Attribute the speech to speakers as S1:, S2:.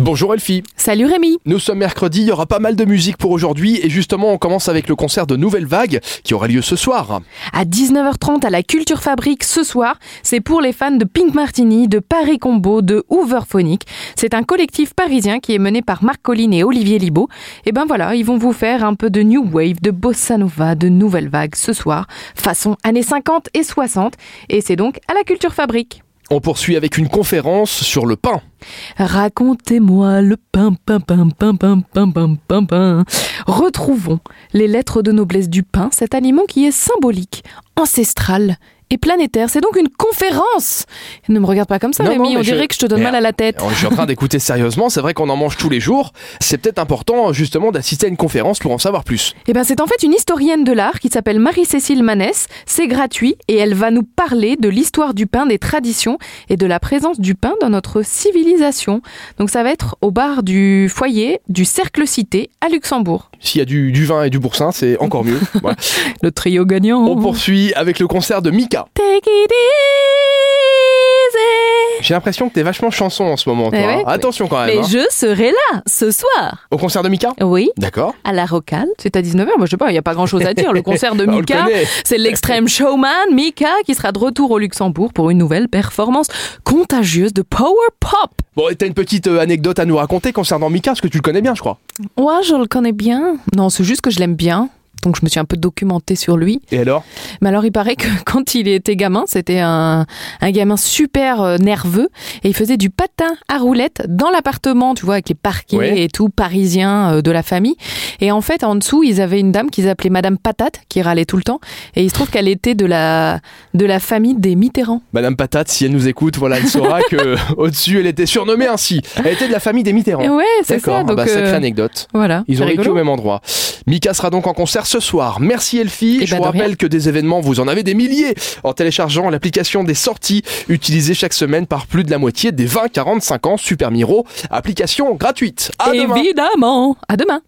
S1: Bonjour Elfie.
S2: Salut Rémi.
S1: Nous sommes mercredi, il y aura pas mal de musique pour aujourd'hui et justement on commence avec le concert de Nouvelle Vague qui aura lieu ce soir.
S2: À 19h30 à la Culture Fabrique ce soir, c'est pour les fans de Pink Martini, de Paris Combo, de Hooverphonic. C'est un collectif parisien qui est mené par Marc Colline et Olivier Libaud. Et ben voilà, ils vont vous faire un peu de new wave, de bossa nova, de Nouvelle Vague ce soir, façon années 50 et 60 et c'est donc à la Culture Fabrique.
S1: On poursuit avec une conférence sur le pain.
S2: Racontez-moi le pain, pain, pain, pain, pain, pain, pain, pain, pain. Retrouvons les lettres de noblesse du pain, cet aliment qui est symbolique, ancestral et planétaire. C'est donc une conférence. Ne me regarde pas comme ça,
S1: Non, non,
S2: Rémi.
S1: mais
S2: on
S1: je-
S2: dirait que je te donne
S1: mais-
S2: mal à la tête.
S1: Alors, Je suis en train d'écouter sérieusement, c'est vrai qu'on en mange tous les jours. C'est peut-être important justement d'assister à une conférence pour en savoir plus.
S2: Eh ben, c'est en fait une historienne de l'art qui s'appelle Marie-Cécile Manès. C'est gratuit et elle va nous parler de l'histoire du pain, des traditions et de la présence du pain dans notre civilisation. Donc, ça va être au bar du foyer du Cercle Cité à Luxembourg.
S1: S'il y a du, du vin et du boursin, c'est encore mieux. Voilà.
S2: Le trio gagnant.
S1: On poursuit avec le concert de Mika.
S2: Take it easy.
S1: J'ai l'impression que t'es vachement chanson en ce moment.
S2: Eh
S1: toi,
S2: ouais.
S1: hein. Attention quand même.
S3: Mais
S1: hein.
S3: je serai là ce soir.
S1: Au concert de Mika
S3: Oui,
S1: D'accord.
S3: à la rocale.
S2: C'est à 19h, moi je sais pas, il n'y a pas grand chose à dire. Le concert de
S1: Bah, on le
S2: Mika,
S1: connaît.
S2: c'est l'extrême showman Mika qui sera de retour au Luxembourg pour une nouvelle performance contagieuse de power pop.
S1: Bon, et t'as une petite euh, anecdote à nous raconter concernant Mika, parce que tu le connais bien, je crois.
S2: Ouais, je le connais bien. Non, c'est juste que je l'aime bien. Donc je me suis un peu documentée sur lui.
S1: Et alors
S2: Mais alors il paraît que quand il était gamin, c'était un, un gamin super euh, nerveux et il faisait du patin à roulettes dans l'appartement, tu vois, avec les parquets
S1: Ouais.
S2: et tout, parisiens euh, de la famille. Et en fait, en dessous, ils avaient une dame qu'ils appelaient Madame Patate, qui râlait tout le temps. Et il se trouve qu'elle était de la, de la famille des Mitterrand.
S1: Madame Patate, si elle nous écoute, voilà, elle saura que euh, au-dessus, elle était surnommée ainsi. Elle était de la famille des Mitterrand.
S2: Et ouais, c'est
S1: D'accord,
S2: ça.
S1: ah
S2: Donc,
S1: bah, sacrée
S2: euh,
S1: anecdote.
S2: voilà.
S1: Ils ont
S2: C'est
S1: vécu
S2: rigolo.
S1: au même endroit. Mika sera donc en concert ce soir. Merci Elfie.
S2: Eh
S1: Je
S2: ben,
S1: vous
S2: de rien.
S1: rappelle que des événements, vous en avez des milliers en téléchargeant l'application des sorties utilisée chaque semaine par plus de la moitié des 20-45 ans Super Miro. Application gratuite. À demain.
S2: Évidemment. À demain.